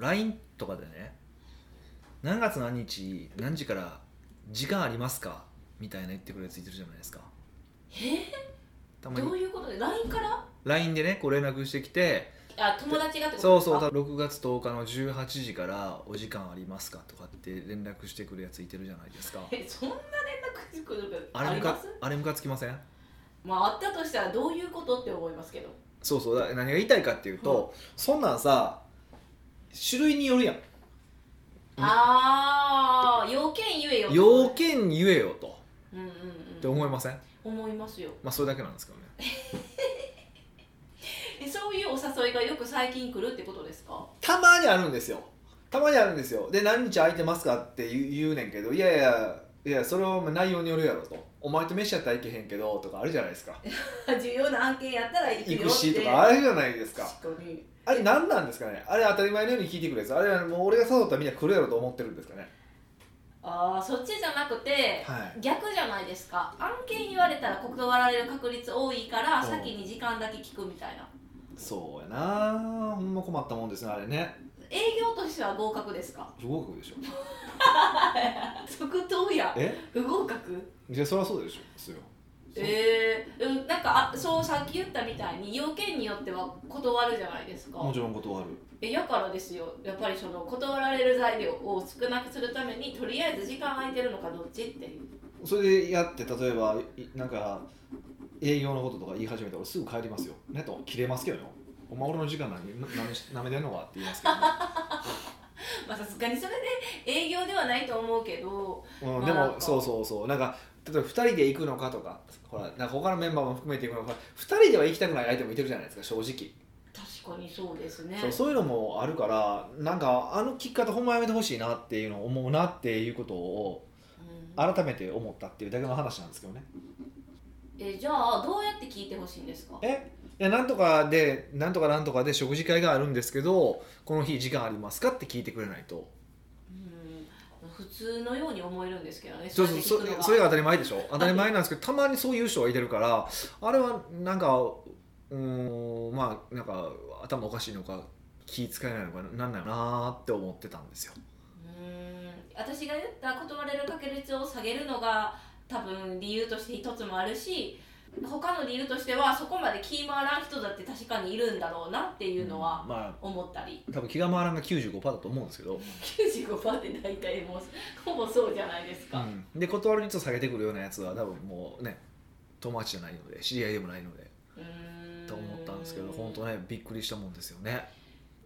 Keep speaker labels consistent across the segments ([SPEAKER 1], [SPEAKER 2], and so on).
[SPEAKER 1] LINE とかでね何月何日何時から時間ありますかみたいな言ってくれるやついてるじゃないですか
[SPEAKER 2] え
[SPEAKER 1] た
[SPEAKER 2] ー、
[SPEAKER 1] まに
[SPEAKER 2] どういうことで LINE から
[SPEAKER 1] LINE でねこう連絡してきて
[SPEAKER 2] あ友達がってこと
[SPEAKER 1] そう
[SPEAKER 2] ですか
[SPEAKER 1] そう多分6月10日の18時からお時間ありますかとかって連絡してくるやついてるじゃないですか
[SPEAKER 2] えそんな連絡来ること
[SPEAKER 1] あれ
[SPEAKER 2] あ
[SPEAKER 1] む
[SPEAKER 2] り
[SPEAKER 1] か
[SPEAKER 2] ます
[SPEAKER 1] あれムカつきません
[SPEAKER 2] まああったとしたらどういうことって思いますけど
[SPEAKER 1] そうそうだ何が言いたいかっていうと、そんなんさ種類によるやん
[SPEAKER 2] ああ要件言えよ
[SPEAKER 1] 要件言えよと
[SPEAKER 2] うんうん
[SPEAKER 1] って
[SPEAKER 2] うん
[SPEAKER 1] 思いません
[SPEAKER 2] 思いますよ
[SPEAKER 1] まあそれだけなんですけどね
[SPEAKER 2] えそういうお誘いがよく最近来るってことですか
[SPEAKER 1] たまにあるんですよたまにあるんですよで何日空いてますかって言う言うねんけどいやいやいやそれは内容によるやろとお前と飯やったらいけへんけどとかあるじゃないですか
[SPEAKER 2] 重要な案件やったら行くよっ
[SPEAKER 1] 行
[SPEAKER 2] て
[SPEAKER 1] くしとかあるじゃないですか
[SPEAKER 2] 確かに
[SPEAKER 1] あれ何なんですかねあれ当たり前のように聞いてくるやつあれはもう俺が誘ったらみんな来るやろと思ってるんですかね
[SPEAKER 2] ああそっちじゃなくて、
[SPEAKER 1] はい
[SPEAKER 2] 逆じゃないですか案件言われたら断られる確率多いから
[SPEAKER 1] うん
[SPEAKER 2] 先に時間だけ聞くみたいな
[SPEAKER 1] そうやなほんま困ったもんですねあれね
[SPEAKER 2] 営業としては合格ですか
[SPEAKER 1] 不合格でしょ
[SPEAKER 2] 即答や
[SPEAKER 1] え
[SPEAKER 2] 不合格
[SPEAKER 1] いやそりゃそうでしょですよ
[SPEAKER 2] ええー、うんなんかあそうさっき言ったみたいに要件によっては断るじゃないですか
[SPEAKER 1] もちろん断る
[SPEAKER 2] えやからですよやっぱりその断られる材料を少なくするためにとりあえず時間空いてるのかどっちっていう
[SPEAKER 1] それでやって例えばいなんか営業のこととか言い始めたら俺すぐ帰りますよねと切れますけどよお前俺の時間何ななめしなめてんのかって言いますけどね、
[SPEAKER 2] まあさすがにそれで営業ではないと思うけど
[SPEAKER 1] うん、
[SPEAKER 2] まあ
[SPEAKER 1] で
[SPEAKER 2] なん
[SPEAKER 1] も
[SPEAKER 2] か
[SPEAKER 1] そうそうそうなんか例えば2人で行くのかとかほらなんか他のメンバーも含めて行くのか2人では行きたくない相手もいてるじゃないですか正直
[SPEAKER 2] 確かにそうですね
[SPEAKER 1] そうそういうのもあるからなんかあの聞き方ほんまやめてほしいなっていうのを思うなっていうことを
[SPEAKER 2] うん
[SPEAKER 1] 改めて思ったっていうだけの話なんですけどね
[SPEAKER 2] えじゃあどうやって聞いてほしいんですか
[SPEAKER 1] えいやなんとかでなんとかなんとかで食事会があるんですけどこの日時間ありますかって聞いてくれないと
[SPEAKER 2] うん普通のように思えるんですけどね
[SPEAKER 1] そう
[SPEAKER 2] れ
[SPEAKER 1] そうそ
[SPEAKER 2] で聞くのが
[SPEAKER 1] それが当たり前でしょ当たり前なんですけどたまにそういう人がいてるからあれはなんかうーんまあなんか頭おかしいのか気使えないのかなんないよなーって思ってたんですよ
[SPEAKER 2] うん私が言った断れる確率を下げるのが多分理由として一つもあるし他の理由としてはそこまで気回らん人だって確かにいるんだろうなっていうのは
[SPEAKER 1] んま
[SPEAKER 2] 思ったり、
[SPEAKER 1] あ多分気が回らんが95%だと思うんですけど
[SPEAKER 2] 95%って大体もうほぼそうじゃないですか、
[SPEAKER 1] うん、で断る率を下げてくるようなやつは多分もうね友達じゃないので知り合いでもないので
[SPEAKER 2] うーん
[SPEAKER 1] と思ったんですけど本当ねびっくりしたもんですよね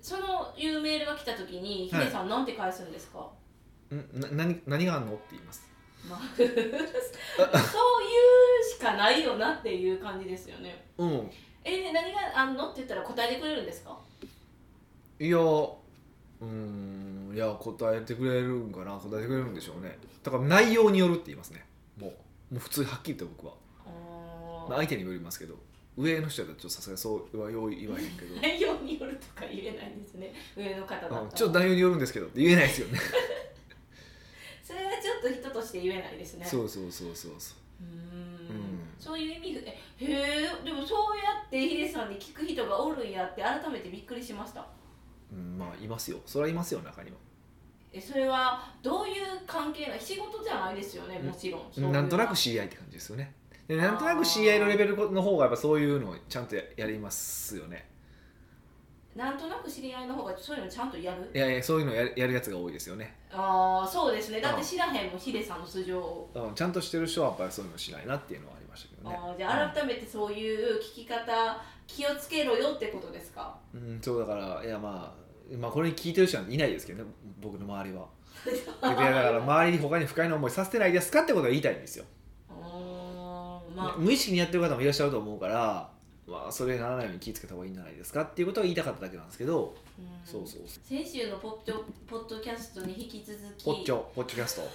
[SPEAKER 2] そのいうメールが来た時にヒ
[SPEAKER 1] はい
[SPEAKER 2] デさんなんて返すんですか、
[SPEAKER 1] んな何何があんのって言います
[SPEAKER 2] まあ そういうしかないよなっていう感じですよね
[SPEAKER 1] うん
[SPEAKER 2] えで何があんのって言ったら答えてくれるんですか
[SPEAKER 1] いやうーんいや答えてくれるんかな答えてくれるんでしょうねだから内容によるって言いますねもうもう普通はっきりと僕は、
[SPEAKER 2] あ
[SPEAKER 1] まあ、相手にもよりますけど上の人だとちょっとさすがにそうはよう言わへん けど
[SPEAKER 2] 内容によるとか言えないんですね上の方だったら、
[SPEAKER 1] うんちょっと内容によるんですけどって言えないですよね
[SPEAKER 2] それはちょっと人として言えないですね
[SPEAKER 1] そうそうそうそうそう
[SPEAKER 2] うーん
[SPEAKER 1] うん
[SPEAKER 2] そういう意味でえへえでもそうやってヒデさんに聞く人がおるんやって改めてびっくりしました
[SPEAKER 1] うんまあいますよそれはいますよ中には
[SPEAKER 2] えそれはどういう関係な仕事じゃないですよね
[SPEAKER 1] うん
[SPEAKER 2] もちろんそういう
[SPEAKER 1] なんとなく知り合いって感じですよねでなんとなく知り合いのレベルの方がやっぱそういうのをちゃんとややりますよね
[SPEAKER 2] なんとなく知り合いの方がそういうのちゃんとやる
[SPEAKER 1] いやいやそういうのややるやつが多いですよね、
[SPEAKER 2] ああそうですねだって知らへんもんヒデさんの素性を、
[SPEAKER 1] うん、ちゃんとしてる人はやっぱりそういうのしないなっていうのはありましたけどね
[SPEAKER 2] あーじゃあ改めてそういう聞き方気をつけろよってことですか
[SPEAKER 1] うん、そうだからいやまあまあこれに聞いてる人はいないですけどね僕の周り はいやだから周りに他に不快な思いさせてないですかってことが言いたいんですよ、
[SPEAKER 2] うーんまあ
[SPEAKER 1] ね無意識にやってる方もいらっしゃると思うからまあそれにならないように気をつけた方がいいんじゃないですかっていうことは言いたかっただけなんですけど、
[SPEAKER 2] うん
[SPEAKER 1] そうそうそう
[SPEAKER 2] 先週のポッチョポッドキャストに引き続き
[SPEAKER 1] ポッチョポッチョキャ スト、うん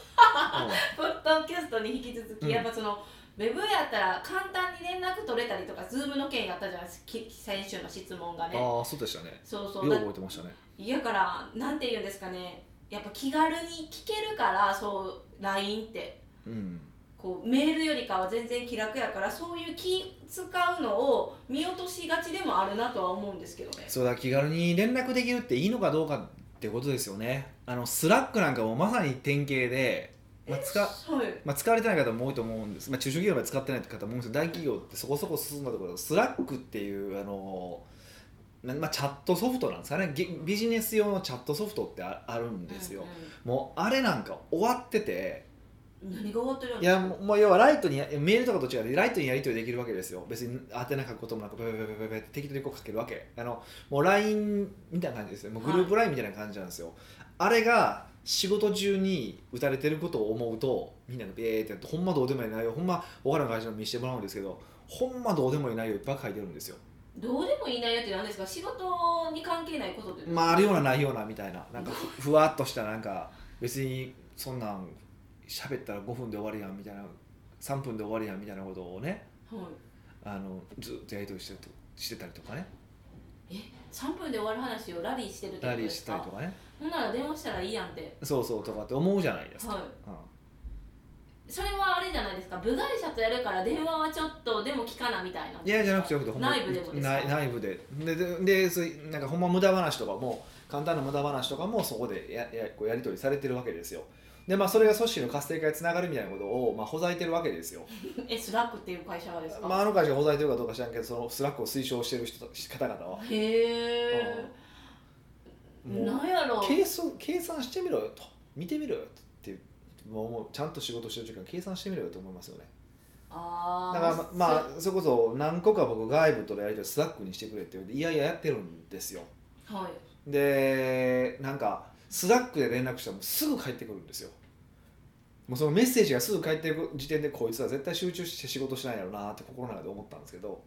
[SPEAKER 2] ポッドキャストに引き続き、
[SPEAKER 1] うん
[SPEAKER 2] やっぱそのウェブやったら簡単に連絡取れたりとかズームの件やったじゃないですかき先週の質問がね
[SPEAKER 1] ああそうでしたね
[SPEAKER 2] そう
[SPEAKER 1] よ
[SPEAKER 2] そううだ
[SPEAKER 1] 覚えてましたね
[SPEAKER 2] いやからなんて言うんですかねやっぱ気軽に聞けるからそう LINE って
[SPEAKER 1] うん
[SPEAKER 2] こうメールよりかは全然気楽やからそういう気使うのを見落としがちでもあるなとは思うんですけどね
[SPEAKER 1] そうだ気軽に連絡できるっていいのかどうかってことですよねあのスラックなんかもまさに典型で、まあ、使
[SPEAKER 2] はい
[SPEAKER 1] まあ、使われてない方も多いと思うんです、まあ、中小企業まで使ってない方も多いんですけど大企業ってそこそこ進んだところスラックっていうあのなまあ、チャットソフトなんですかねゲビジネス用のチャットソフトってああるんですよ、もうあれなんか終わってて
[SPEAKER 2] うんうん何が終わってるん
[SPEAKER 1] い
[SPEAKER 2] です
[SPEAKER 1] や
[SPEAKER 2] か
[SPEAKER 1] もうもう要はライトにやメールとかと違ってライトにやり取りできるわけですよ別に宛名書くこともなくペペペペペペって適当にこう書けるわけあのもう LINE みたいな感じですよもうグループ LINE みたいな感じなんですよ、あれが仕事中に打たれてることを思うとみんながビーってやってほんまどうでもいい内容ほんまおからん会社の見せてもらうんですけどほんまどうでもいい内容いっぱい書いてるんですよ
[SPEAKER 2] どうでもいい内容って何ですか仕事に関係ないことって
[SPEAKER 1] まああるようなないようなみたいななんかふふわっとしたなんか別にそんなん喋ったら5分で終わりやんみたいな3分で終わりやんみたいなことをね
[SPEAKER 2] はい
[SPEAKER 1] あのずっとやり取りしてるとしてたりとかね
[SPEAKER 2] え3分で終わる話をラリーしてるってこ
[SPEAKER 1] ラ
[SPEAKER 2] と
[SPEAKER 1] リー
[SPEAKER 2] で
[SPEAKER 1] し
[SPEAKER 2] す
[SPEAKER 1] たり
[SPEAKER 2] か
[SPEAKER 1] とかね
[SPEAKER 2] ほんなら電話したらいいやんって
[SPEAKER 1] そうそうとかって思うじゃないですか、
[SPEAKER 2] は
[SPEAKER 1] うん
[SPEAKER 2] いそれはあれじゃないですか部外者とやるから電話はちょっとでも聞かなみたいない
[SPEAKER 1] いやじゃなくてよくてほんま
[SPEAKER 2] 内部でもですか
[SPEAKER 1] 内内部ででででそういうなんかほんま無駄話とかも簡単な無駄話とかもそこでややこうやり取りされてるわけですよでまあそれが組織の活性化につながるみたいなことを、まあ、ほざいてるわけですよ、
[SPEAKER 2] えスラックっていう会社がですか、
[SPEAKER 1] まあ、あの会社がほざいてるかどうか知らんけどそのスラックを推奨してる人た方々は
[SPEAKER 2] へえ
[SPEAKER 1] もう
[SPEAKER 2] なんやろ
[SPEAKER 1] 計算計算してみろよと見てみろよってもうもうちゃんと仕事してる時間計算してみろよと思いますよね
[SPEAKER 2] あ
[SPEAKER 1] だ
[SPEAKER 2] ー
[SPEAKER 1] からままあそれこそ何個か僕外部とのやり取りスラックにしてくれって言われていやいややってるんですよ
[SPEAKER 2] そはい
[SPEAKER 1] でなんかスラックで連絡したらもうすぐ返ってくるんですよもうそのメッセージがすぐ返ってくる時点でこいつは絶対集中して仕事しないやろうなって心の中で思ったんですけど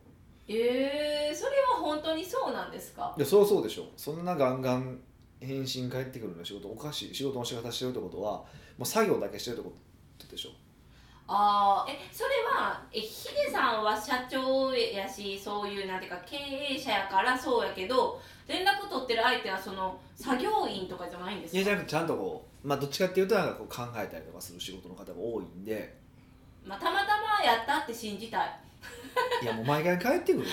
[SPEAKER 2] えー、それは本当にそうなんですか
[SPEAKER 1] いやそりゃそうでしょそんなガンガン返信返ってくるような仕事おかしい仕事の仕方してるってことはもう作業だけしてるってことでしょ
[SPEAKER 2] ああえそれはえヒデさんは社長やしそういうなんていうか経営者やからそうやけど連絡取ってる相手はその作業員とかじゃないんです
[SPEAKER 1] いやじゃ
[SPEAKER 2] か
[SPEAKER 1] なくてちゃんとこうまあどっちかっていうとなんかこう考えたりとかする仕事の方が多いんで
[SPEAKER 2] まあ、たまたまやったって信じたい
[SPEAKER 1] いやもう毎回帰ってくるか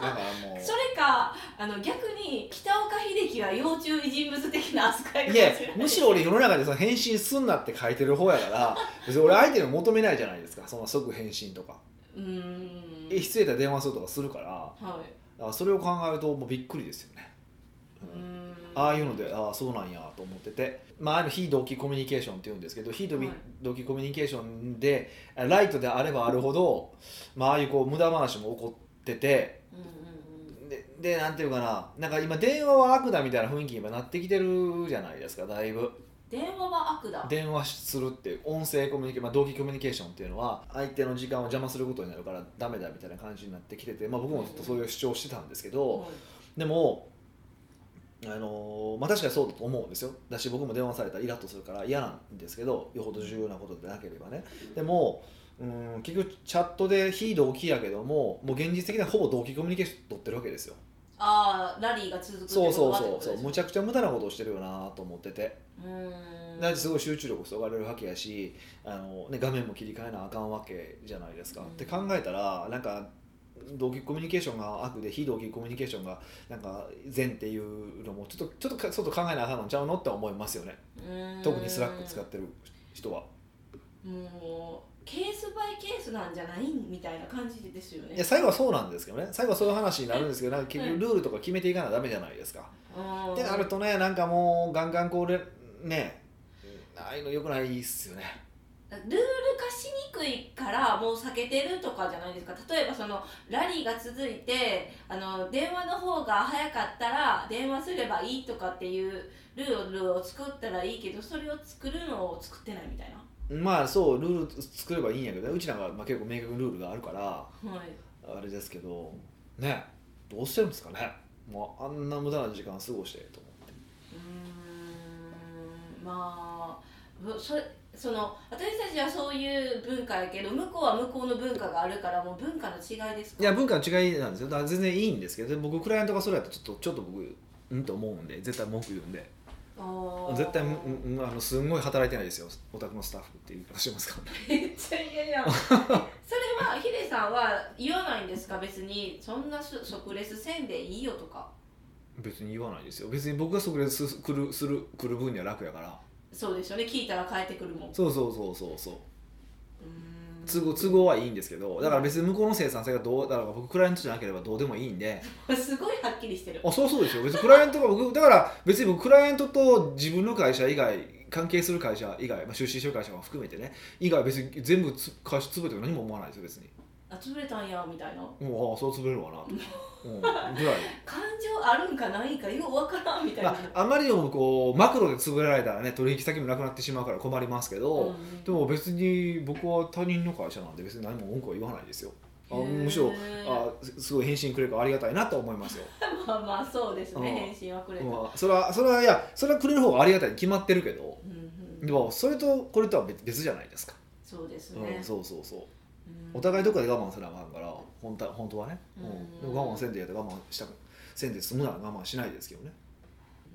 [SPEAKER 1] らね。だからも。
[SPEAKER 2] そうれかあの逆に北岡秀樹は要注意人物的な扱いかも
[SPEAKER 1] い
[SPEAKER 2] し
[SPEAKER 1] や
[SPEAKER 2] れない
[SPEAKER 1] むしろ俺世の中でその返信すんなって書いてる方やから別に俺相手に求めないじゃないですかその即返信とか
[SPEAKER 2] うー
[SPEAKER 1] え
[SPEAKER 2] ん
[SPEAKER 1] 失礼だ電話するとかするからだ
[SPEAKER 2] はい
[SPEAKER 1] からそれを考えるともうびっくりですよね、
[SPEAKER 2] うーん
[SPEAKER 1] ああいうのでああそうなんやと思ってて、まあ、ああいうの非同期コミュニケーションっていうんですけど非同期
[SPEAKER 2] はい
[SPEAKER 1] 同期コミュニケーションでライトであればあるほど、まあ、ああいうこう無駄話も起こってて
[SPEAKER 2] うんうんうん
[SPEAKER 1] ででなんていうかななんか今電話は悪だみたいな雰囲気に今なってきてるじゃないですかだいぶ
[SPEAKER 2] 電話は悪だ
[SPEAKER 1] 電話するっていう音声コミュニケーション、まあ、同期コミュニケーションっていうのは相手の時間を邪魔することになるからダメだみたいな感じになってきてて、まあ、僕もずっとそういう主張をしてたんですけど
[SPEAKER 2] はい
[SPEAKER 1] でも、あのーまあ、確かにそうだと思うんですよだし僕も電話されたらイラッとするから嫌なんですけどよほど重要なことでなければねでもうん結局チャットで非同期やけどももう現実的にはほぼ同期コミュニケーション取ってるわけですよ
[SPEAKER 2] ああラリーが続くって
[SPEAKER 1] そう
[SPEAKER 2] こと
[SPEAKER 1] そう
[SPEAKER 2] は
[SPEAKER 1] そうそう
[SPEAKER 2] ってこと
[SPEAKER 1] むちゃくちゃ無駄なことをしてるよなと思ってて
[SPEAKER 2] うーん
[SPEAKER 1] だってすごい集中力をそがれるわけやしあの、ね、画面も切り替えなあかんわけじゃないですか、
[SPEAKER 2] うん
[SPEAKER 1] って考えたらなんか同期コミュニケーションが悪で非同期コミュニケーションがなんか善っていうのもちょっとちょっとかちょっと考えなあかんのちゃうのって思いますよね
[SPEAKER 2] うーん
[SPEAKER 1] 特にスラック使ってる人は、
[SPEAKER 2] もうケースバイケースなんじゃないみたいな感じですよね
[SPEAKER 1] いや最後はそうなんですけどね最後はそういう話になるんですけどなんか結局ルールとか決めていかなダメじゃないですか、
[SPEAKER 2] うん
[SPEAKER 1] ってなるとねなんかもうガンガンこうれねああいうのよくないっすよね
[SPEAKER 2] ルール化しにくいからもう避けてるとかじゃないですか例えばそのラリーが続いてあの電話の方が早かったら電話すればいいとかっていうルールを作ったらいいけどそれを作るのを作ってないみたいな、
[SPEAKER 1] まあそうルール作ればいいんやけどねうちなんか、まあ、結構明確にルールがあるから
[SPEAKER 2] はい、
[SPEAKER 1] あれですけどねどうしてるんですかねもうあんな無駄な時間過ごしてと思って
[SPEAKER 2] うーんまあぶそその私たちはそういう文化やけど向こうは向こうの文化があるからもう文化の違いです
[SPEAKER 1] い
[SPEAKER 2] か
[SPEAKER 1] や文化の違いなんですよだから全然いいんですけど僕クライアントがそれやとちょっとちょっと僕うんと思うんで絶対文句言うんで
[SPEAKER 2] あー
[SPEAKER 1] 絶対むうんうんあのすんごい働いてないですよお宅のスタッフっていう言い方してますからね
[SPEAKER 2] めっちゃ嫌やんえそれはヒデさんは言わないんですか別にそんなそ即レスせんでいいよとか
[SPEAKER 1] 別に言わないですよ別に僕がそこですす来るする来る分には楽やから
[SPEAKER 2] そうですよね聞いたら帰ってくるもんう
[SPEAKER 1] そうそうそうそうそう
[SPEAKER 2] ーん
[SPEAKER 1] 都合都合はいいんですけどだから別に向こうの生産性がどうだから僕クライアントじゃなければどうでもいいんです
[SPEAKER 2] ごいはっきりしてる
[SPEAKER 1] あそうそうですよ別にクライアントが僕だから別に僕クライアントと自分の会社以外関係する会社以外、まあ、出資してる会社も含めてね以外別に全部つ会社潰れても何も思わないですよ別に
[SPEAKER 2] あ潰れたんやみたいな
[SPEAKER 1] もうああそう潰れるわなと、うん、ぐ らい
[SPEAKER 2] 感情あるんかないんかようわからんみたいな、
[SPEAKER 1] まあ、あまりにもこうマクロで潰れられたらね取引先もなくなってしまうから困りますけど、
[SPEAKER 2] うん
[SPEAKER 1] でも別に僕は他人の会社なんで別に何も文句は言わないですよあ
[SPEAKER 2] へー
[SPEAKER 1] むしろあすすごい返信くれるからありがたいなと思いますよ、
[SPEAKER 2] まあ まあそうですね
[SPEAKER 1] うん
[SPEAKER 2] 返信はくれた、うん
[SPEAKER 1] まあ、それはそれはいやそれはくれる方がありがたいに決まってるけど
[SPEAKER 2] うん、
[SPEAKER 1] でもそれとこれとは別別じゃないですか、
[SPEAKER 2] そうです
[SPEAKER 1] う
[SPEAKER 2] ね
[SPEAKER 1] ん、、そうそうそう
[SPEAKER 2] うん
[SPEAKER 1] お互いどっかで我慢せなあかんから本当は本当はね、うん
[SPEAKER 2] うん
[SPEAKER 1] でも我慢せんでやったら我慢したくせんで済むなら我慢しないですけどね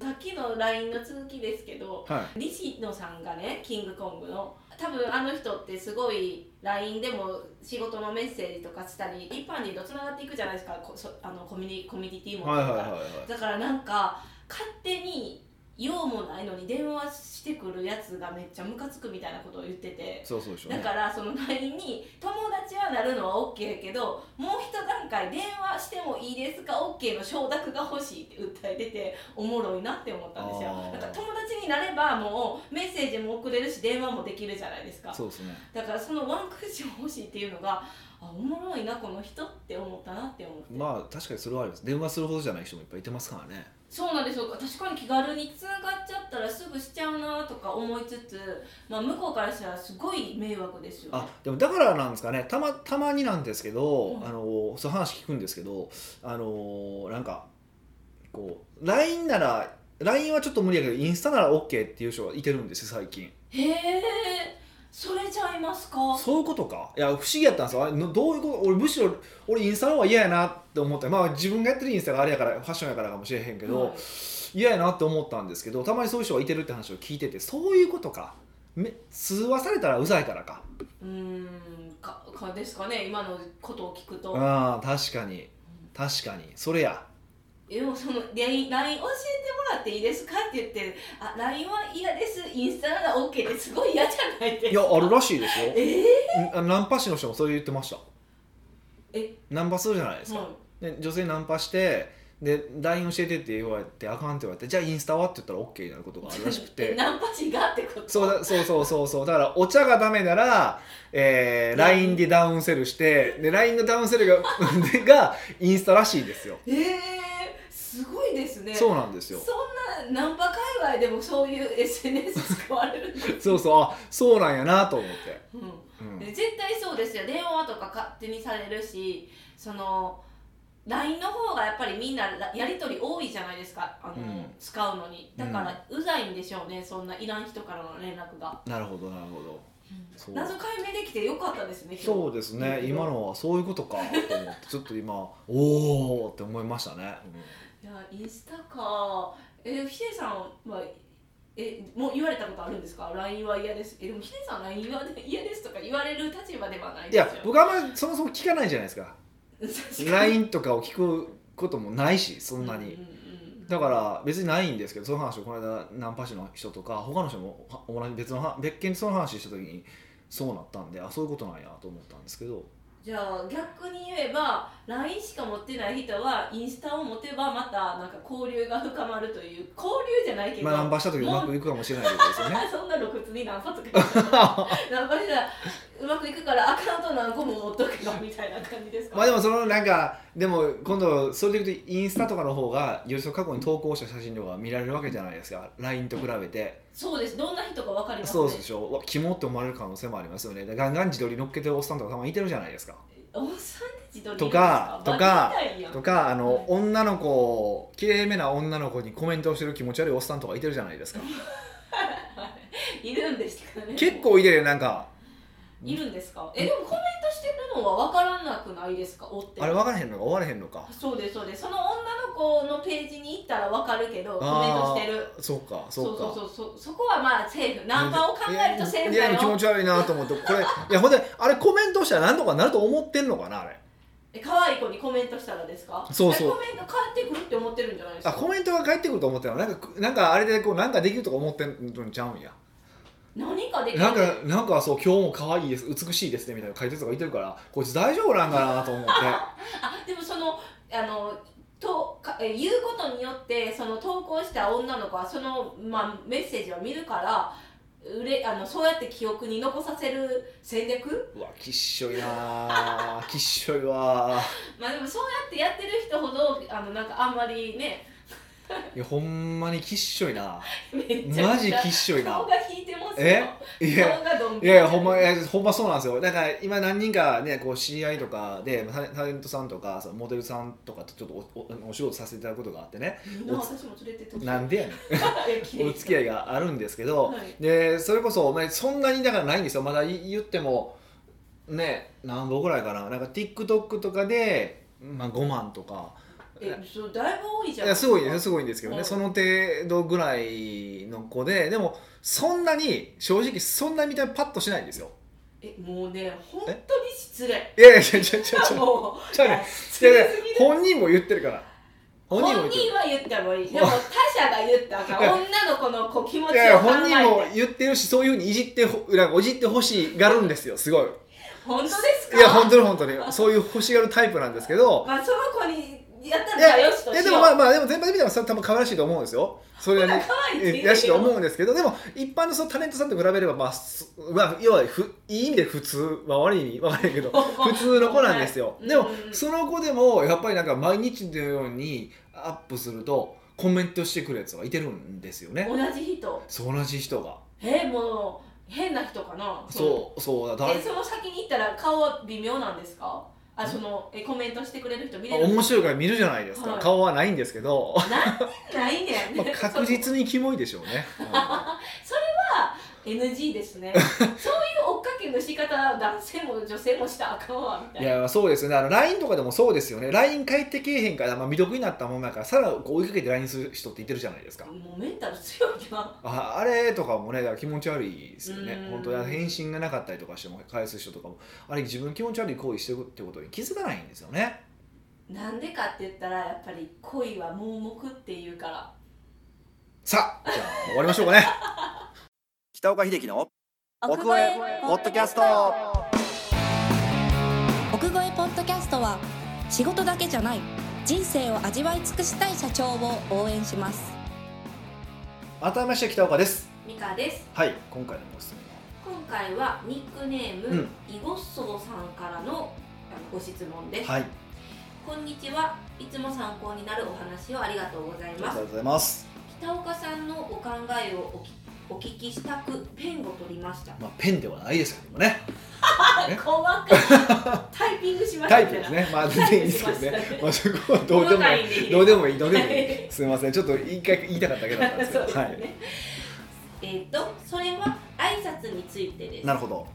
[SPEAKER 2] さっきの LINE の続きですけど
[SPEAKER 1] はい
[SPEAKER 2] 西野さんがねキングコングの多分あの人ってすごい LINE でも仕事のメッセージとかしたり一般人とつながっていくじゃないですかこそあのコミュニコミュニティも
[SPEAKER 1] はいはいはいはい
[SPEAKER 2] だからなんか勝手に用もないのに電話してくるやつがめっちゃムカつくみたいなことを言ってて
[SPEAKER 1] そうそうでしょう
[SPEAKER 2] だ
[SPEAKER 1] ね
[SPEAKER 2] からその LINE に友達はなるのは OK やけどもう一段階電話してもいいですか OK の承諾が欲しいって訴えてておもろいなって思ったんですよ
[SPEAKER 1] あー
[SPEAKER 2] だから友達になればもうメッセージも送れるし電話もできるじゃないですか
[SPEAKER 1] そうですね
[SPEAKER 2] だからそのワンクッション欲しいっていうのがあおもろいなこの人って思ったなって思って、
[SPEAKER 1] まあ確かにそれはあります電話するほどじゃない人もいっぱいいてますからね
[SPEAKER 2] そうなんですよ確かに気軽に繋がっちゃったらすぐしちゃうなとか思いつつ、まあ、向こうからしたらすごい迷惑ですよね
[SPEAKER 1] あでもだからなんですかねたまたまになんですけど、
[SPEAKER 2] うん
[SPEAKER 1] あのそう話聞くんですけどあのなんかこう LINE なら LINE はちょっと無理やけどインスタなら OK っていう人がいてるんですよ最近
[SPEAKER 2] へえそれちゃいますか
[SPEAKER 1] そういうことかいや不思議やったんですよあれのどういうこと俺むしろ俺インスタの方が嫌やなって思ったまあ自分がやってるインスタがあれやからファッションやからかもしれへんけど、
[SPEAKER 2] はい
[SPEAKER 1] 嫌やなって思ったんですけどたまにそういう人がいてるって話を聞いててそういうことかめ通話されたらうざいからか
[SPEAKER 2] うーんかかですかね今のことを聞くと
[SPEAKER 1] ああ確かに確かにそれや
[SPEAKER 2] でもその LINE 教えてもらっていいですかって言って「あ LINE は嫌ですインスタなら OK」ってすごい嫌じゃないですか
[SPEAKER 1] いやあるらしいですよ
[SPEAKER 2] え
[SPEAKER 1] んあナンパ師の人もそれ言ってました
[SPEAKER 2] え
[SPEAKER 1] ナンパするじゃないです
[SPEAKER 2] ー、
[SPEAKER 1] か、
[SPEAKER 2] は
[SPEAKER 1] で女性にナンパしてで LINE 教えてって言われてあかんって言われてじゃあインスタはって言ったら OK になることがあるら しく
[SPEAKER 2] いえ
[SPEAKER 1] て
[SPEAKER 2] ナンパ師がってこと
[SPEAKER 1] そうだそうそうそうそうだからお茶がダメなら、えー、LINE でダウンセルしてで LINE のダウンセルが でがインスタらしいですよ
[SPEAKER 2] えー、すごいですね
[SPEAKER 1] そううなんですよ
[SPEAKER 2] そんなナンパ界隈でもそういう SNS 使われるんだ、
[SPEAKER 1] そうそうあそうなんやなと思って、
[SPEAKER 2] うん
[SPEAKER 1] うん
[SPEAKER 2] で絶対そうですよ電話とか勝手にされるしその LINE の方がやっぱりみんならやり取り多いじゃないですかあの、
[SPEAKER 1] うん
[SPEAKER 2] 使うのにだからうざいんでしょうねそんないらん人からの連絡が、
[SPEAKER 1] なるほどなるほどそう
[SPEAKER 2] 謎解明できてよかったですね今日
[SPEAKER 1] そうですね今のはそういうこと かと思ってちょっと今おおって思いましたね、
[SPEAKER 2] いやインスタかえヒデさんはえもう言われたことあるんですか LINE は嫌ですえでもヒデさん LINE は嫌ですとか言われる立場ではない
[SPEAKER 1] い
[SPEAKER 2] ですよ
[SPEAKER 1] や僕はあんまりそもそも聞かないじゃないですか
[SPEAKER 2] 確かに
[SPEAKER 1] LINE とかを聞くこともないしそんなに、
[SPEAKER 2] うんうんうん
[SPEAKER 1] だから別にないんですけどその話をこの間ナンパ師の人とか他の人もは同じ別のは別件でその話した時にそうなったんであそういうことなんやと思ったんですけど
[SPEAKER 2] じゃあ逆に言えば LINE しか持ってない人はインスタを持てばまたなんか交流が深まるという交流じゃないけど、
[SPEAKER 1] まあナンパした時うまくいくかもしれないです よね
[SPEAKER 2] そんな露骨にナンパとか言 ってもナンパしたらうまくいくからアカウント何個も持っとけばみたいな感じですか、
[SPEAKER 1] まあでもそのなんかでも今度それでいうとインスタとかの方がよりその過去に投稿した写真とかが見られるわけじゃないですか LINE と比べて
[SPEAKER 2] そうですどんな人か分かりますね
[SPEAKER 1] そうでしょうわキモって思われる可能性もありますよねでガンガン自撮り乗っけてるおっさんとかたまにいてるじゃないですか
[SPEAKER 2] おっさんたちどれ
[SPEAKER 1] とか
[SPEAKER 2] で
[SPEAKER 1] とか
[SPEAKER 2] すバカみたいやん
[SPEAKER 1] とかあの、
[SPEAKER 2] はい
[SPEAKER 1] 女の子きれいめな女の子にコメントをしてる気持ち悪いおっさんとかいてるじゃないですか
[SPEAKER 2] いるんですかね
[SPEAKER 1] 結構いてるなんか
[SPEAKER 2] いるんですかえでもコメントしてるのは分からなくないですかおって
[SPEAKER 1] あれ分からへんのか終われへんのか
[SPEAKER 2] そうですそうですその女の子のページに行ったらわかるけどコメントしてる
[SPEAKER 1] あーそうかそう
[SPEAKER 2] そ
[SPEAKER 1] か
[SPEAKER 2] うそうそうそうそこはまあセーフナンバーを考えるとセーフ
[SPEAKER 1] いや
[SPEAKER 2] だ
[SPEAKER 1] いや気持
[SPEAKER 2] よ
[SPEAKER 1] ち悪いなと思ってこれいやほんであれコメントしたらなんとかなると思ってんのかなあれ
[SPEAKER 2] え可愛い子にコメントしたらですか
[SPEAKER 1] そうそう
[SPEAKER 2] えコメント返ってくるって思ってるんじゃないです
[SPEAKER 1] あ
[SPEAKER 2] か
[SPEAKER 1] コメントが返ってくると思ってたのなんかなんかあれでこうなんかできるとか思ってんのにちゃうんや
[SPEAKER 2] 何かできる
[SPEAKER 1] なんかなんかそう今日も可愛いです美しいですねみたいな解説とか言ってるからこいつ大丈夫なんかなと思 って
[SPEAKER 2] あでもそのあのとかえ言うことによってその投稿した女の子はその、まあ、メッセージを見るからうれあのそうやって記憶に残させる戦略
[SPEAKER 1] うわきっしょいなーきっしょいわ
[SPEAKER 2] まあでもそうやってやってる人ほどあのなんかあんまりね
[SPEAKER 1] ーいやほんまにきっしょいな
[SPEAKER 2] めっちゃ
[SPEAKER 1] マジきっしょいな
[SPEAKER 2] 顔が引いてますよ
[SPEAKER 1] えいや
[SPEAKER 2] 顔がどん
[SPEAKER 1] いやいやほんまいやほんまそうなんですよだから今何人かねこう知り合いとかでまあタレタレントさんとかそのモデルさんとかとちょっとおおお仕事させていただくことがあってね
[SPEAKER 2] みんな私も連れてってほしい
[SPEAKER 1] なんでやね
[SPEAKER 2] え綺麗
[SPEAKER 1] んお付き合いがあるんですけど、
[SPEAKER 2] はい
[SPEAKER 1] でそれこそ、まあ、そんなにだからないんですよまだい言ってもね何本ぐらいかななんか TikTok とかで、まあ、5万とか
[SPEAKER 2] えそうだいぶ多いじゃ
[SPEAKER 1] い
[SPEAKER 2] ん
[SPEAKER 1] やすごいねすごいんですけど
[SPEAKER 2] う
[SPEAKER 1] ね
[SPEAKER 2] ん
[SPEAKER 1] その程度ぐらいの子ででもそんなに正直そんな見た目パッとしないんですよ
[SPEAKER 2] えもうね本当に失
[SPEAKER 1] い
[SPEAKER 2] 礼
[SPEAKER 1] やいやいやいやいやいやいや
[SPEAKER 2] もう
[SPEAKER 1] ちゃうね
[SPEAKER 2] 失
[SPEAKER 1] いやい
[SPEAKER 2] 礼
[SPEAKER 1] や
[SPEAKER 2] すぎる
[SPEAKER 1] 本人も言ってるから本
[SPEAKER 2] 本
[SPEAKER 1] 人も言って
[SPEAKER 2] 人は言ってもいいでも他者が言ったらあかん女の子のこう気持ちを
[SPEAKER 1] るい
[SPEAKER 2] 考
[SPEAKER 1] やいや本人も
[SPEAKER 2] えて
[SPEAKER 1] 言ってるしそういうふうにいじってほなんかおじってほしがるんですよすごい
[SPEAKER 2] 本当ですか
[SPEAKER 1] いや本当に本当にそういう欲しがるタイプなんですけど
[SPEAKER 2] まあその子にやった
[SPEAKER 1] い
[SPEAKER 2] らじゃ
[SPEAKER 1] や
[SPEAKER 2] あ
[SPEAKER 1] い
[SPEAKER 2] よしとし
[SPEAKER 1] や
[SPEAKER 2] よう
[SPEAKER 1] でもまあまあでも全般的にはそれ多分可愛らしいと思うんですよそれは ね
[SPEAKER 2] 可愛いって言
[SPEAKER 1] え
[SPEAKER 2] う
[SPEAKER 1] やしと思うんですけどでも一般のそのタレントさんと比べれば、まあすまあ、要はふいい意味で普通、まあ、悪い意味分かんないけ ど普通の子なんですよ、
[SPEAKER 2] はい
[SPEAKER 1] でも、
[SPEAKER 2] うん
[SPEAKER 1] その子でもやっぱりなんか毎日のようにアップするとコメントしてくるやつがいてるんですよね、
[SPEAKER 2] 同じ人
[SPEAKER 1] そう同じ人が
[SPEAKER 2] えもう変な人かな
[SPEAKER 1] そうそうだ
[SPEAKER 2] えその先に行ったら顔は微妙なんですかあそのえコメントしてくれる人見れる
[SPEAKER 1] 面白いから見るじゃないですか、
[SPEAKER 2] はい
[SPEAKER 1] 顔はないんですけ ど、
[SPEAKER 2] なんでな いねん、
[SPEAKER 1] まあ、確実にキモいでしょう ね、
[SPEAKER 2] NG です ねそういう追っかけの仕方男性も女性もしたらあかんわみた
[SPEAKER 1] い
[SPEAKER 2] いな
[SPEAKER 1] やそうですよねあの LINE とかでもそうですよね LINE 帰ってけえへんから、まあ、未読になったもんだからさらこう追いかけて LINE する人っていてるじゃないですか
[SPEAKER 2] もうメンタル強いな
[SPEAKER 1] ああれとかもねだから気持ち悪いですよね
[SPEAKER 2] うん
[SPEAKER 1] 本当だ返信がなかったりとかしても返す人とかもあれ自分気持ち悪い行為してるってことに気づかないんですよね
[SPEAKER 2] なんでかって言ったらやっぱり恋は盲目っていうから
[SPEAKER 1] さあじゃあ終わりましょうかね
[SPEAKER 3] 北岡秀樹の奥越えポッドキャスト
[SPEAKER 4] 奥越えポッドキャストは仕事だけじゃない人生を味わい尽くしたい社長を応援します
[SPEAKER 1] 改めまして北岡です
[SPEAKER 2] ミカです
[SPEAKER 1] はい今回のご質
[SPEAKER 2] 今回はニックネー
[SPEAKER 1] う
[SPEAKER 2] ム、
[SPEAKER 1] ん
[SPEAKER 2] イゴッソーさんからのあのご質問で
[SPEAKER 1] 問
[SPEAKER 2] す、
[SPEAKER 1] はいあ
[SPEAKER 2] こんにちはいつも参考になるお話をありがとうござい
[SPEAKER 1] りが
[SPEAKER 2] ます
[SPEAKER 1] とうございます、
[SPEAKER 2] 北岡さんのお考えをおきお聞きしたくペンを取りました
[SPEAKER 1] まあ、ペンではないですけども ねえ
[SPEAKER 2] 細かいタイピングしまし
[SPEAKER 1] タ
[SPEAKER 2] たね
[SPEAKER 1] イプですねまあ全然いいですけどね まあそこはどうでも
[SPEAKER 2] 細か
[SPEAKER 1] い
[SPEAKER 2] いんでいい
[SPEAKER 1] い
[SPEAKER 2] です
[SPEAKER 1] どうでもいいどうでも
[SPEAKER 2] は
[SPEAKER 1] い
[SPEAKER 2] い
[SPEAKER 1] すみませんちょっと一回言いたかっただけだったんですけど
[SPEAKER 2] そうですね
[SPEAKER 1] はい
[SPEAKER 2] えっとそれは挨拶についてです
[SPEAKER 1] なるほど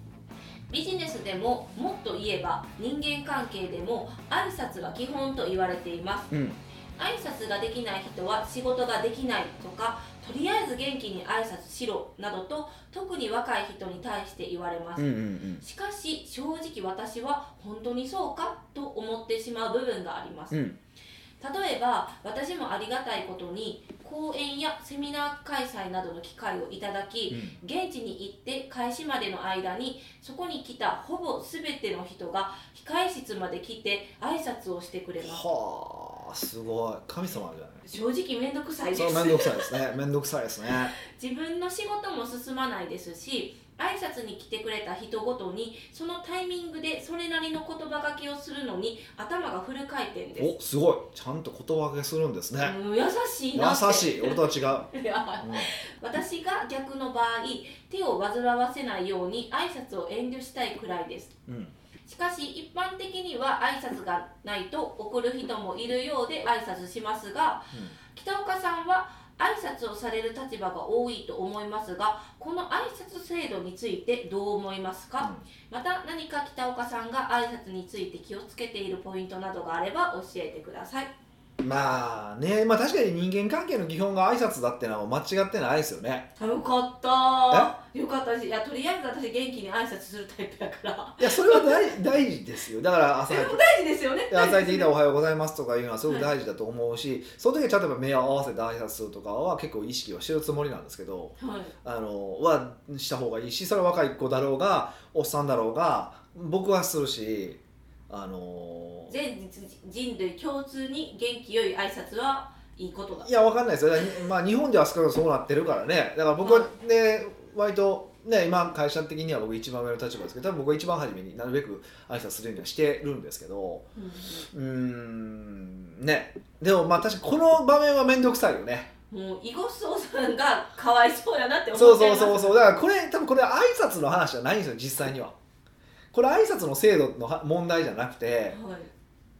[SPEAKER 2] ビジネスでももっと言えば人間関係でも挨拶が基本と言われています
[SPEAKER 1] うん
[SPEAKER 2] 挨拶ができない人は仕事ができないとかとりあえず元気に挨拶しろなどと特に若い人に対して言われます、
[SPEAKER 1] うんうんうん
[SPEAKER 2] しかし正直私は本当にそうかと思ってしまう部分があります、
[SPEAKER 1] うん
[SPEAKER 2] 例えば私もありがたいことに講演やセミナー開催などの機会をいただき、
[SPEAKER 1] うん
[SPEAKER 2] 現地に行って開始までの間にそこに来たほぼ全ての人が控え室まで来て挨拶をしてくれます
[SPEAKER 1] はあすごい神様じゃない
[SPEAKER 2] 正直面倒くさい
[SPEAKER 1] そ
[SPEAKER 2] で
[SPEAKER 1] れ
[SPEAKER 2] す
[SPEAKER 1] めんどくさいですねめんどくさいですね
[SPEAKER 2] 自分の仕事も進まないですし挨拶に来てくれた人ごとにそのタイミングでそれなりの言葉がけをするのに頭がフル回転です
[SPEAKER 1] おすごいちゃんと言葉がけするんですね
[SPEAKER 2] うん優しい
[SPEAKER 1] 優
[SPEAKER 2] なって
[SPEAKER 1] しい俺とは違う、
[SPEAKER 2] いや私が逆の場合手を煩わせないように挨拶を遠慮したいくらいです
[SPEAKER 1] うんうん、
[SPEAKER 2] しかし一般的には挨拶がないと怒る人もいるようで挨拶しますが北岡さんは挨拶をされる立場が多いと思いますがこの挨拶制度についてどう思いますか、また何か北岡さんが挨拶について気をつけているポイントなどがあれば教えてください
[SPEAKER 1] まあね、まあ確かに人間関係の基本が挨拶だってのは間違ってないですよね。
[SPEAKER 2] あよかったよかったしいやとりあえず私元気に挨拶するタイプやから
[SPEAKER 1] いや、それは大大事ですよ。だから朝
[SPEAKER 2] それ
[SPEAKER 1] 早
[SPEAKER 2] も
[SPEAKER 1] く。
[SPEAKER 2] 大事ですよね
[SPEAKER 1] で朝行ってきたらおはようございますとかいうのはすごく大事だと思うし、その時はちゃんとやっぱ目を合わせて挨拶するとかは結構意識はしてるつもりなんですけど、
[SPEAKER 2] はい
[SPEAKER 1] あのはした方がいいしそれは若い子だろうがおっさんだろうが僕はするしあの
[SPEAKER 2] 全人類共通に元気よい挨拶はいいことだ
[SPEAKER 1] いやわかんないですよ、だからまあ、日本では少なくともそうなってるからねだから僕は
[SPEAKER 2] は
[SPEAKER 1] ね割とね今会社的には僕一番上の立場ですけど多分僕は一番初めになるべく挨拶するようにはしてるんですけど
[SPEAKER 2] う
[SPEAKER 1] うー
[SPEAKER 2] ん
[SPEAKER 1] んねでもまあ確かにこの場面は面倒くさいよね
[SPEAKER 2] もうイゴスオさんがかわいそうやなって思
[SPEAKER 1] そう
[SPEAKER 2] っちゃい
[SPEAKER 1] そう
[SPEAKER 2] ます
[SPEAKER 1] そうそうだからこれ多分これ挨拶の話じゃないんですよ実際にはこれ挨拶の制度のは問題じゃなくて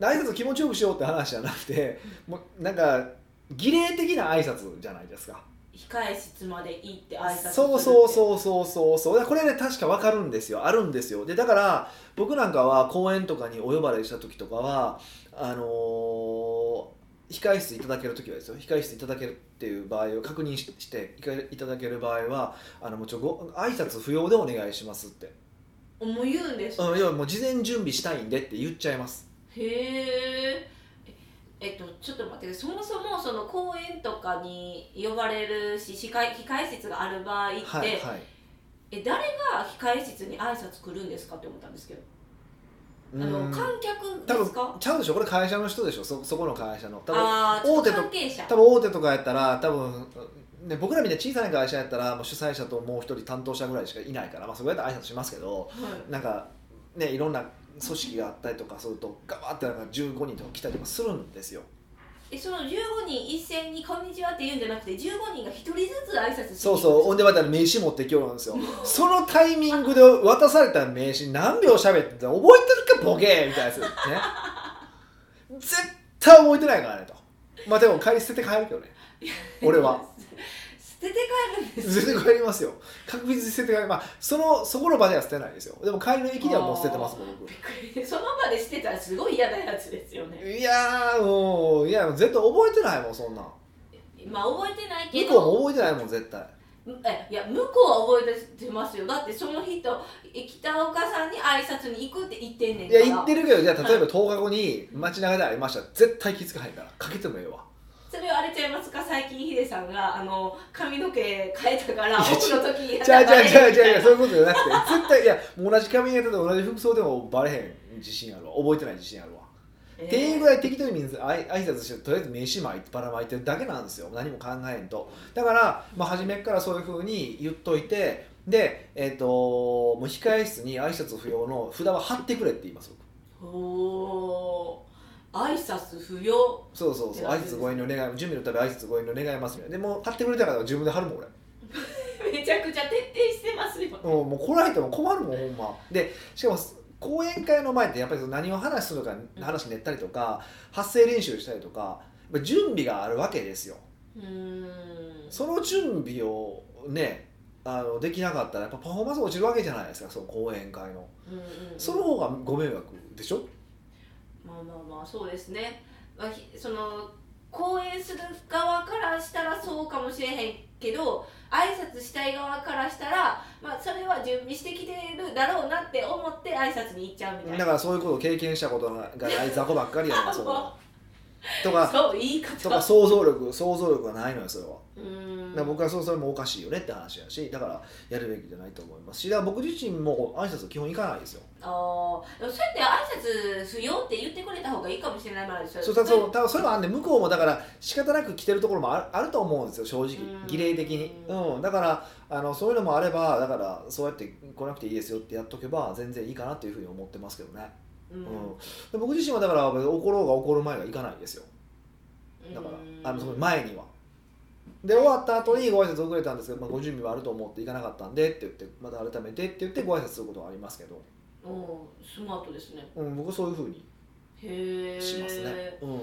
[SPEAKER 2] はい
[SPEAKER 1] 挨拶気持ちよくしようって話じゃなくてもうなんか儀礼的な挨拶じゃないですか
[SPEAKER 2] 控え室まで行って挨拶するって
[SPEAKER 1] そうそうそうそうそうそうだからこれね確か分かるんですよあるんですよでだから僕なんかは公演とかにお呼ばれした時とかはあのー控え室いただける時はですよ控え室いただけるっていう場合を確認ししていただける場合はあのもうちょご挨拶不要でお願いしますって、
[SPEAKER 2] もう言うんです、
[SPEAKER 1] うん、要はもう事前準備したいんでって言っちゃいます
[SPEAKER 2] へええっとちょっと待ってそもそもその公演とかに呼ばれるし司会控え室がある場合って、
[SPEAKER 1] はいはい
[SPEAKER 2] え誰が控え室に挨拶来るんですかって思ったんですけどあ
[SPEAKER 1] う
[SPEAKER 2] の
[SPEAKER 1] ん
[SPEAKER 2] 観客
[SPEAKER 1] 多
[SPEAKER 2] で
[SPEAKER 1] 分
[SPEAKER 2] すか
[SPEAKER 1] ちゃうでしょこれ会社の人でしょそそこの会社の多分
[SPEAKER 2] ああ
[SPEAKER 1] 大手と
[SPEAKER 2] 関係者
[SPEAKER 1] 多分大手とかやったら多分、ね、僕らみたいな小さな会社やったらもう主催者ともう一人担当者ぐらいしかいないから、まあ、そこやったら挨拶しますけど
[SPEAKER 2] はい
[SPEAKER 1] なんかねいろんな組織があったりとかするとガバってなんか15人とか来たりとかするんですよ
[SPEAKER 2] えその15人一斉に「こんにちは」って言うんじゃなくて15人が1人ずつ挨拶して
[SPEAKER 1] そうそうほんでまた名刺持ってきよるんですよそのタイミングで渡された名刺何秒喋ってた覚えてるかボケーみたいなやつね絶対覚えてないからねとまあでも帰り捨てて帰るけどね俺は
[SPEAKER 2] 捨てて帰るんです
[SPEAKER 1] 捨てて帰りますよ確実に捨てて帰りまあそのそこの場では捨てないですよでも帰りの駅ではもう捨ててますもん
[SPEAKER 2] びっくりその場で捨てたらすごい嫌なやつですよ
[SPEAKER 1] 僕
[SPEAKER 2] ね
[SPEAKER 1] いやーもういや絶対覚えてないもんそんなん
[SPEAKER 2] まあ覚えてないけ
[SPEAKER 1] 向こう
[SPEAKER 2] ど
[SPEAKER 1] も覚えてないもん絶対
[SPEAKER 2] えいや向こうは覚えてますよだってその人え北岡さんに挨拶に行くって言ってんねん
[SPEAKER 1] い
[SPEAKER 2] から
[SPEAKER 1] や言ってるけどじゃあ例えば10日後に街中で会いました絶対気づかへんからかけてもええわ
[SPEAKER 2] それはあれちゃいますか最近ヒデさんがあの髪の毛変えたから
[SPEAKER 1] いや
[SPEAKER 2] オフの時やっ
[SPEAKER 1] じゃあ
[SPEAKER 2] た
[SPEAKER 1] じゃあじゃあじゃあじゃあ
[SPEAKER 2] あ
[SPEAKER 1] そういうことじゃなくて絶対いやもう同じ髪型で同じ服装でもバレへん自信あるわ覚えてない自信あるわ、っていうぐらい適当にみんなあい挨拶してとりあえず名刺巻いてばらまいてるだけなんですよ何も考えんとだから、まあ、初めっからそういうふうに言っといてでえっ、ともう控え室に挨拶不要の札は貼ってくれって言います
[SPEAKER 2] おー挨拶不要
[SPEAKER 1] そうそうそう挨拶ご遠慮願い準備のため挨拶ご遠慮願いますみたいなでもう貼ってくれたから自分で貼るもん俺
[SPEAKER 2] めちゃくちゃ徹底してますよ
[SPEAKER 1] うん、もう来られても困るもんほんまでしかも講演会の前ってやっぱりその何を話するか
[SPEAKER 2] うん
[SPEAKER 1] 話練ったりとか発声練習したりとかやっぱ準備があるわけですよ
[SPEAKER 2] うーん
[SPEAKER 1] その準備をねあのできなかったらやっぱパフォーマンス落ちるわけじゃないですかその講演会の
[SPEAKER 2] うんうんうん
[SPEAKER 1] その方がご迷惑でしょ
[SPEAKER 2] まあまあまあそうですね、まあ、ひその講演する側からしたらそうかもしれへんけど挨拶したい側からしたら、まあ、それは準備してきてるだろうなって思って挨拶に行っちゃうみたい
[SPEAKER 1] だ
[SPEAKER 2] な
[SPEAKER 1] からそういうことを経験したことがない雑魚ばっかりやねんそん なとか
[SPEAKER 2] そう言い方
[SPEAKER 1] とか想像力想像力がないのよそれは
[SPEAKER 2] うーん
[SPEAKER 1] だから僕はそうそれもおかしいよねって話やしだからやるべきじゃないと思いますしだから僕自身も挨拶基本行かないですよ
[SPEAKER 2] あーでもそうやって挨拶不要って言ってくれた方がいいかもしれないまだですよ
[SPEAKER 1] そうだそうだからそれはあんで向こうもだから仕方なく来てるところもあるあると思うんですよ正直
[SPEAKER 2] うん
[SPEAKER 1] 儀礼的に、うん、だからあのそういうのもあればだからそうやって来なくていいですよってやっとけば全然いいかなっていうふうに思ってますけどね、
[SPEAKER 2] う
[SPEAKER 1] うん
[SPEAKER 2] ん
[SPEAKER 1] で僕自身はだから怒ろうが怒る前は行かないですよだか
[SPEAKER 2] うん
[SPEAKER 1] らあのその前には。で終わった後にご挨拶遅れたんですけど、まあ、ご準備はあると思って行かなかったんでって言ってまた改めてって言ってご挨拶することはありますけど、
[SPEAKER 2] おースマートですね
[SPEAKER 1] うん、僕はそういうふうに
[SPEAKER 2] へえ
[SPEAKER 1] しますね。うん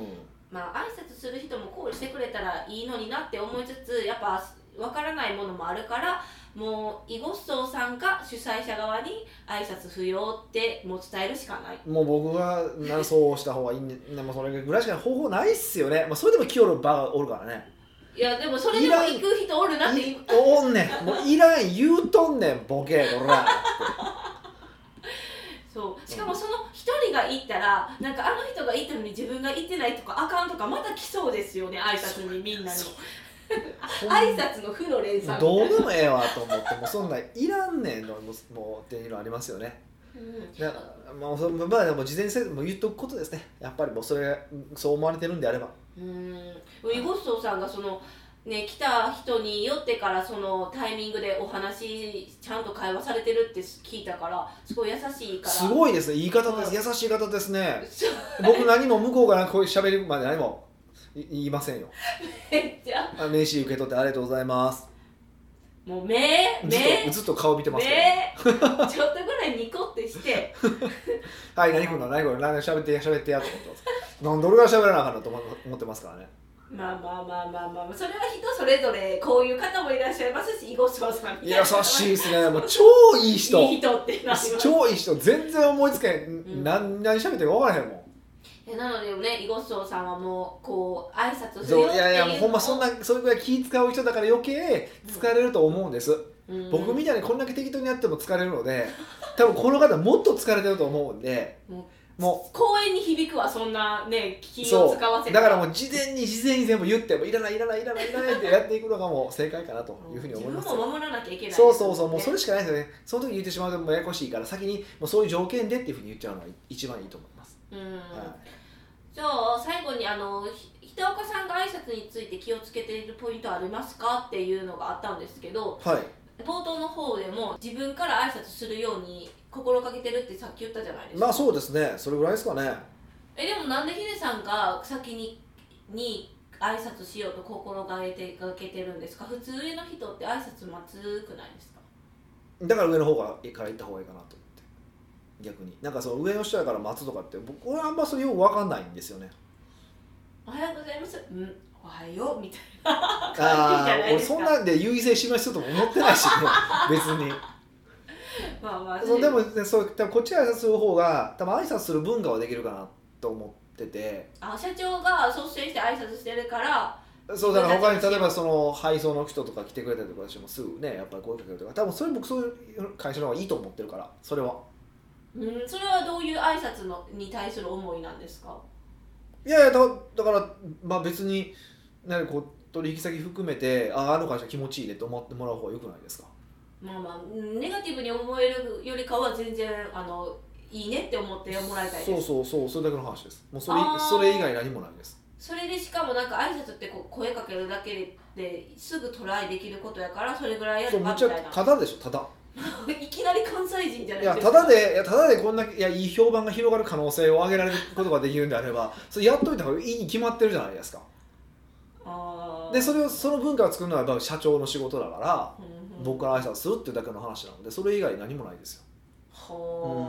[SPEAKER 2] まあ挨拶する人も考慮してくれたらいいのになって思いつつやっぱわからないものもあるからもうイゴッソーさんか主催者側に挨拶不要ってもう伝えるしかない
[SPEAKER 1] もう僕がなそうした方がいいんで、でもそれぐらいしか方法ないっすよね、まあ、それでも清る場がおるからね
[SPEAKER 2] いやでもそれでも行く人おるなって
[SPEAKER 1] いおんねんもういらん言うとんねんボケこ ら
[SPEAKER 2] そうしかもその一人が行ったらなんかあの人が行ったのに自分が行ってないとかあかんとかまた来そうですよね挨拶にみんなに
[SPEAKER 1] そう
[SPEAKER 2] 挨拶の負の連鎖みた
[SPEAKER 1] どう
[SPEAKER 2] い
[SPEAKER 1] で
[SPEAKER 2] な
[SPEAKER 1] もええわと思ってもうそんなんいらんねんのもうもうっていうのありますよね
[SPEAKER 2] うん
[SPEAKER 1] だまあ、そまあでも事前にせもう言っとくことですねやっぱりもうそれそう思われてるんであれば
[SPEAKER 2] うーん、イゴッソーさんがその、ね、来た人によってからそのタイミングでお話ちゃんと会話されてるって聞いたからすごい優しいから
[SPEAKER 1] すごいですね言い方です優しい方ですね僕何も向こうからこう喋るまで何もい言いませんよ
[SPEAKER 2] めっちゃ
[SPEAKER 1] あ名刺受け取ってありがとうございます
[SPEAKER 2] もう目
[SPEAKER 1] ずっと
[SPEAKER 2] 目
[SPEAKER 1] ずっと顔見てますけど
[SPEAKER 2] 目ちょっとぐらいニコってして
[SPEAKER 1] はい何こんな何これ何喋ってや喋ってやと思ってますなんで俺が喋らなあかんのと思思ってますからね
[SPEAKER 2] まあまあまあまあまあ、まあ、それは人それぞれこういう方もいらっしゃいますしイゴッソーさんみた
[SPEAKER 1] 優
[SPEAKER 2] いな
[SPEAKER 1] しいですねもう超いい人
[SPEAKER 2] いい人ってなります
[SPEAKER 1] 超いい人全然思いつけへん、
[SPEAKER 2] ん
[SPEAKER 1] 何何喋ってるか分からへんもん
[SPEAKER 2] えなのでねイゴッソーさんはもうこう挨拶する
[SPEAKER 1] そ
[SPEAKER 2] よ
[SPEAKER 1] う
[SPEAKER 2] っていう
[SPEAKER 1] いやいやもうほんまそん
[SPEAKER 2] な、
[SPEAKER 1] なそれぐらい気使う人だから余計疲れると思うんです、
[SPEAKER 2] うん
[SPEAKER 1] 僕みたいにこんだけ適当にやっても疲れるので多分この方もっと疲れてると思うんで
[SPEAKER 2] も
[SPEAKER 1] も
[SPEAKER 2] 公園に響くわそんなね気
[SPEAKER 1] う
[SPEAKER 2] を
[SPEAKER 1] そ
[SPEAKER 2] 使わせ
[SPEAKER 1] う
[SPEAKER 2] て
[SPEAKER 1] だからもう事前に事前に全部言ってもいらないいらないいらないいらないってやっていくのがもう正解かなというふうに思います
[SPEAKER 2] 自分も守らなきゃいけない
[SPEAKER 1] そうそうそうもうそ
[SPEAKER 2] れ
[SPEAKER 1] れしかないですよねその時に言ってしまうともうややこしいから先にもうそういう条件でっていうふうに言っちゃうのが一番いいと思います、
[SPEAKER 2] うん、
[SPEAKER 1] は
[SPEAKER 2] じゃあ最後にあのひ北岡さんが挨拶について気をつけているポイントありますかっていうのがあったんですけど
[SPEAKER 1] い、はい、
[SPEAKER 2] 冒頭の方でも自分から挨拶するように心掛けてるってさっき言ったじゃないですか、
[SPEAKER 1] まあそうですねそれぐらいですかね
[SPEAKER 2] えでもなんでヒデさんが先にに挨拶しようと心がけてがけてるんですか普通上の人って挨拶待つくないですか
[SPEAKER 1] だから上の方からから行った方がいいかなと思って逆になんかそう上の人やから待つとかって僕はあんまそれよく分かんないんですよね
[SPEAKER 2] おはようございます。うん、おはようみたいな感じじゃ
[SPEAKER 1] ああ
[SPEAKER 2] ない
[SPEAKER 1] 俺
[SPEAKER 2] ですか。
[SPEAKER 1] そんなんで優位性示すとも思ってないし、ね、別に
[SPEAKER 2] まあまあ、
[SPEAKER 1] そうでも、ね、そう多分こっちが挨拶する方が多分挨拶する文化はできるかなと思ってて
[SPEAKER 2] あ社長が率先して挨拶してるから、
[SPEAKER 1] そうだから他に例えばその配送の人とか来てくれたりとかしてもすぐねやっぱり声かけるとか多分それ僕そういう会社の方がいいと思ってるからそれは
[SPEAKER 2] うん、それはどういう挨拶のに対する思いなんですか。
[SPEAKER 1] いやいやだだから、まあ、別になんかこう取引先含めてああの会社気持ちいいねと思ってもらう方がよくないですか
[SPEAKER 2] まあまあうんネガティブに思えるよりかは全然あのいいねって思ってもらいたいです。
[SPEAKER 1] そうそうそうそれだけの話ですもうそれ
[SPEAKER 2] あー
[SPEAKER 1] それ以外何もないです
[SPEAKER 2] それでしかもなんか挨拶ってこう声かけるだけですぐトライできることやからそれぐらいや
[SPEAKER 1] そ
[SPEAKER 2] れ
[SPEAKER 1] う
[SPEAKER 2] ば
[SPEAKER 1] む
[SPEAKER 2] み
[SPEAKER 1] ち
[SPEAKER 2] た
[SPEAKER 1] ゃ
[SPEAKER 2] いな。
[SPEAKER 1] ただでしょただ
[SPEAKER 2] いきなり関西人じゃな
[SPEAKER 1] い
[SPEAKER 2] いで
[SPEAKER 1] や
[SPEAKER 2] すか。
[SPEAKER 1] ただ。でいやただでこんだけいやいい評判が広がる可能性を上げられることができるんであればそれやっといた方がいいに決まってるじゃないですか
[SPEAKER 2] あー
[SPEAKER 1] でそれをその文化を作るのはやっぱ社長の仕事だから
[SPEAKER 2] うんうん
[SPEAKER 1] 僕から挨拶するっていうだけの話なのでそれ以外何もないですよ
[SPEAKER 2] ほ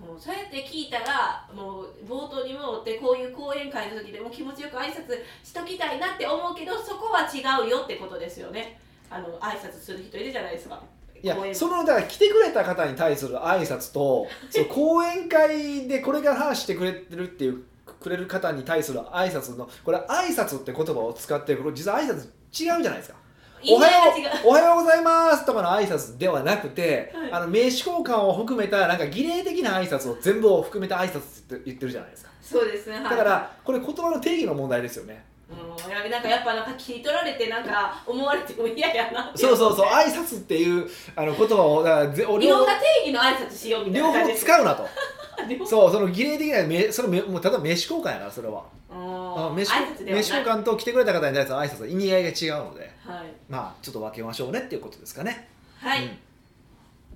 [SPEAKER 2] う、もうそうやって聞いたらもう冒頭にもってこういう講演会の時でも気持ちよく挨拶しときたいなって思うけどそこは違うよってことですよねあの挨拶する人いるじゃないですか
[SPEAKER 1] いや
[SPEAKER 2] 講演
[SPEAKER 1] そのだから来てくれた方に対する挨拶とその講演会でこれから話してくれてるっていうくれる方に対する挨拶のこれ挨拶って言葉を使ってるこれ実は挨拶違うじゃないですか
[SPEAKER 2] 意
[SPEAKER 1] お
[SPEAKER 2] 味合
[SPEAKER 1] はいよ
[SPEAKER 2] が違う
[SPEAKER 1] うおはようございますとかの挨拶ではなくて、
[SPEAKER 2] はい
[SPEAKER 1] あの名刺交換を含めたなんか儀礼的な挨拶を全部を含めた挨拶って言ってるじゃないですか
[SPEAKER 2] そうですねはい
[SPEAKER 1] だからこれ言葉の定義の問題ですよね
[SPEAKER 2] うん、やべなんかやっぱなんか切り取られてなんか思われても嫌やなって
[SPEAKER 1] そうそうそう挨拶っていうあの言葉をだからぜ
[SPEAKER 2] い
[SPEAKER 1] 俺
[SPEAKER 2] ろん
[SPEAKER 1] を
[SPEAKER 2] な定義の挨拶しようみたい
[SPEAKER 1] 両
[SPEAKER 2] な感
[SPEAKER 1] 方
[SPEAKER 2] じです
[SPEAKER 1] 使うなと
[SPEAKER 2] 両方
[SPEAKER 1] そうその儀礼的なめそのめもうただ名刺交換やからそれはあ
[SPEAKER 2] うん
[SPEAKER 1] 名刺
[SPEAKER 2] 挨拶では
[SPEAKER 1] 名刺交
[SPEAKER 2] ない
[SPEAKER 1] 換と来てくれた方に対する挨拶は意味合いが違うので
[SPEAKER 2] はい
[SPEAKER 1] まあちょっと分けましょうねっていうことですかね
[SPEAKER 2] はい、
[SPEAKER 1] うん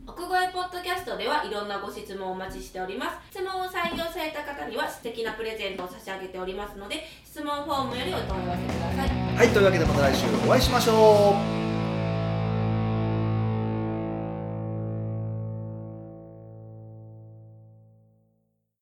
[SPEAKER 2] 奥越えポッドキャストではいろんなご質問をお待ちしております質問を採用された方には素敵なプレゼントを差し上げておりますので質問フォームよりお問い合わせください
[SPEAKER 1] はいというわけでまた来週お会いしましょう